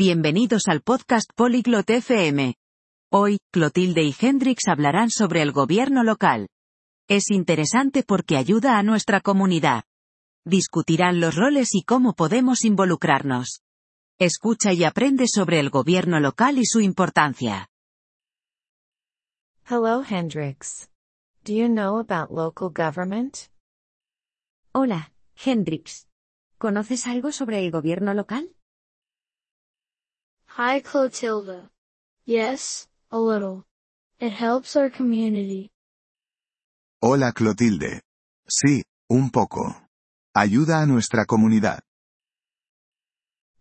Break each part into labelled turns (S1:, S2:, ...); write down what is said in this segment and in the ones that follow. S1: Bienvenidos al podcast Polyglot FM. Hoy, Clotilde y Hendrix hablarán sobre el gobierno local. Es interesante porque ayuda a nuestra comunidad. Discutirán los roles y cómo podemos involucrarnos. Escucha y aprende sobre el gobierno local y su importancia.
S2: Hello, Hendrix. Do you know about local government?
S3: Hola, Hendrix. ¿Conoces algo sobre el gobierno local?
S4: Hi Clotilda. Yes, a little. It helps our community.
S5: Hola Clotilde. Sí, un poco. Ayuda a nuestra comunidad.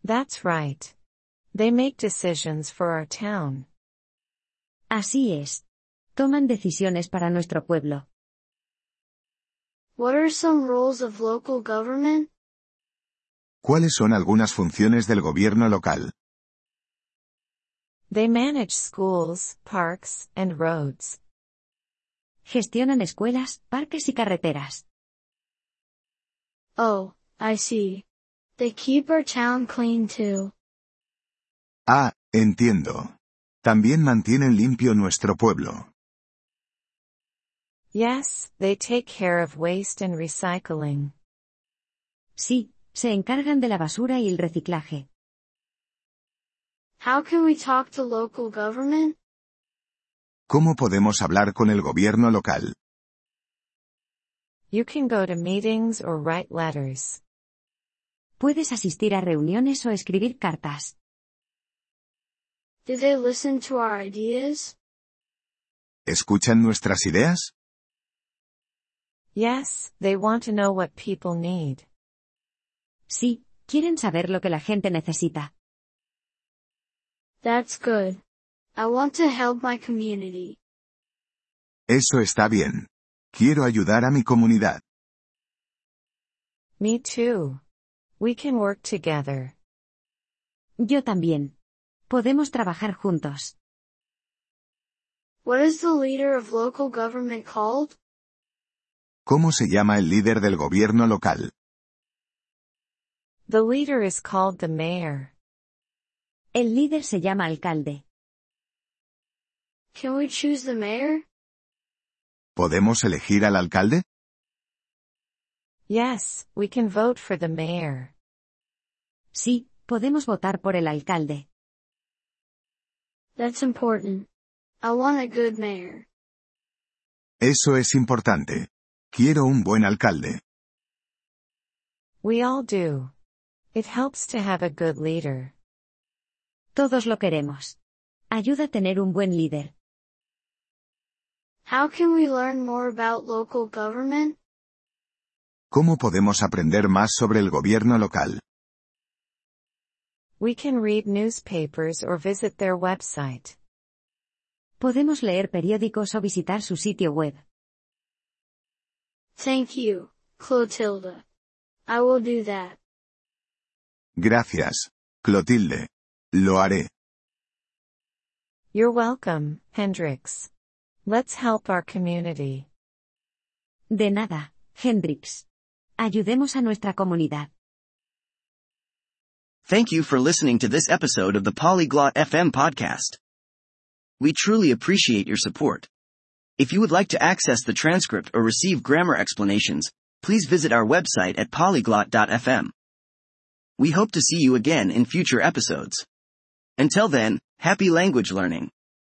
S2: That's right. They make decisions for our town.
S3: Así es. Toman decisiones para nuestro pueblo.
S4: What are some roles of local government?
S5: ¿Cuáles son algunas funciones del gobierno local?
S2: They manage schools, parks, and roads.
S3: Gestionan escuelas, parques y carreteras.
S4: Oh, I see. They keep our town clean too.
S5: Ah, entiendo. También mantienen limpio nuestro pueblo.
S2: Yes, they take care of waste and recycling.
S3: Sí, se encargan de la basura y el reciclaje.
S4: How can we talk to local government?
S5: ¿Cómo podemos hablar con el gobierno local?
S2: You can go to meetings or write letters.
S3: Puedes asistir a reuniones o escribir cartas.
S4: Do they listen to our ideas?
S5: ¿Escuchan nuestras ideas?
S2: Yes, they want to know what people need.
S3: Sí, quieren saber lo que la gente necesita.
S4: That's good. I want to help my community.
S5: Eso está bien. Quiero ayudar a mi comunidad.
S2: Me too. We can work together.
S3: Yo también. Podemos trabajar juntos.
S4: What is the leader of local government called?
S5: ¿Cómo se llama el líder del gobierno local?
S2: The leader is called the mayor.
S3: El líder se llama alcalde.
S4: Can we choose the mayor?
S5: ¿Podemos elegir al alcalde?
S2: Yes, we can vote for the mayor.
S3: Sí, podemos votar por el alcalde.
S4: That's important. I want a good mayor.
S5: Eso es importante. Quiero un buen alcalde.
S2: We all do. It helps to have a good leader.
S3: Todos lo queremos. Ayuda a tener un buen líder.
S4: How can we learn more about local government?
S5: ¿Cómo podemos aprender más sobre el gobierno local?
S2: We can read newspapers or visit their website.
S3: Podemos leer periódicos o visitar su sitio web.
S4: Thank you, Clotilda. I will do that.
S5: Gracias. Clotilde. Lo haré.
S2: You're welcome, Hendrix. Let's help our community.
S3: De nada, Hendrix. Ayudemos a nuestra comunidad.
S6: Thank you for listening to this episode of the Polyglot FM podcast. We truly appreciate your support. If you would like to access the transcript or receive grammar explanations, please visit our website at polyglot.fm. We hope to see you again in future episodes. Until then, happy language learning.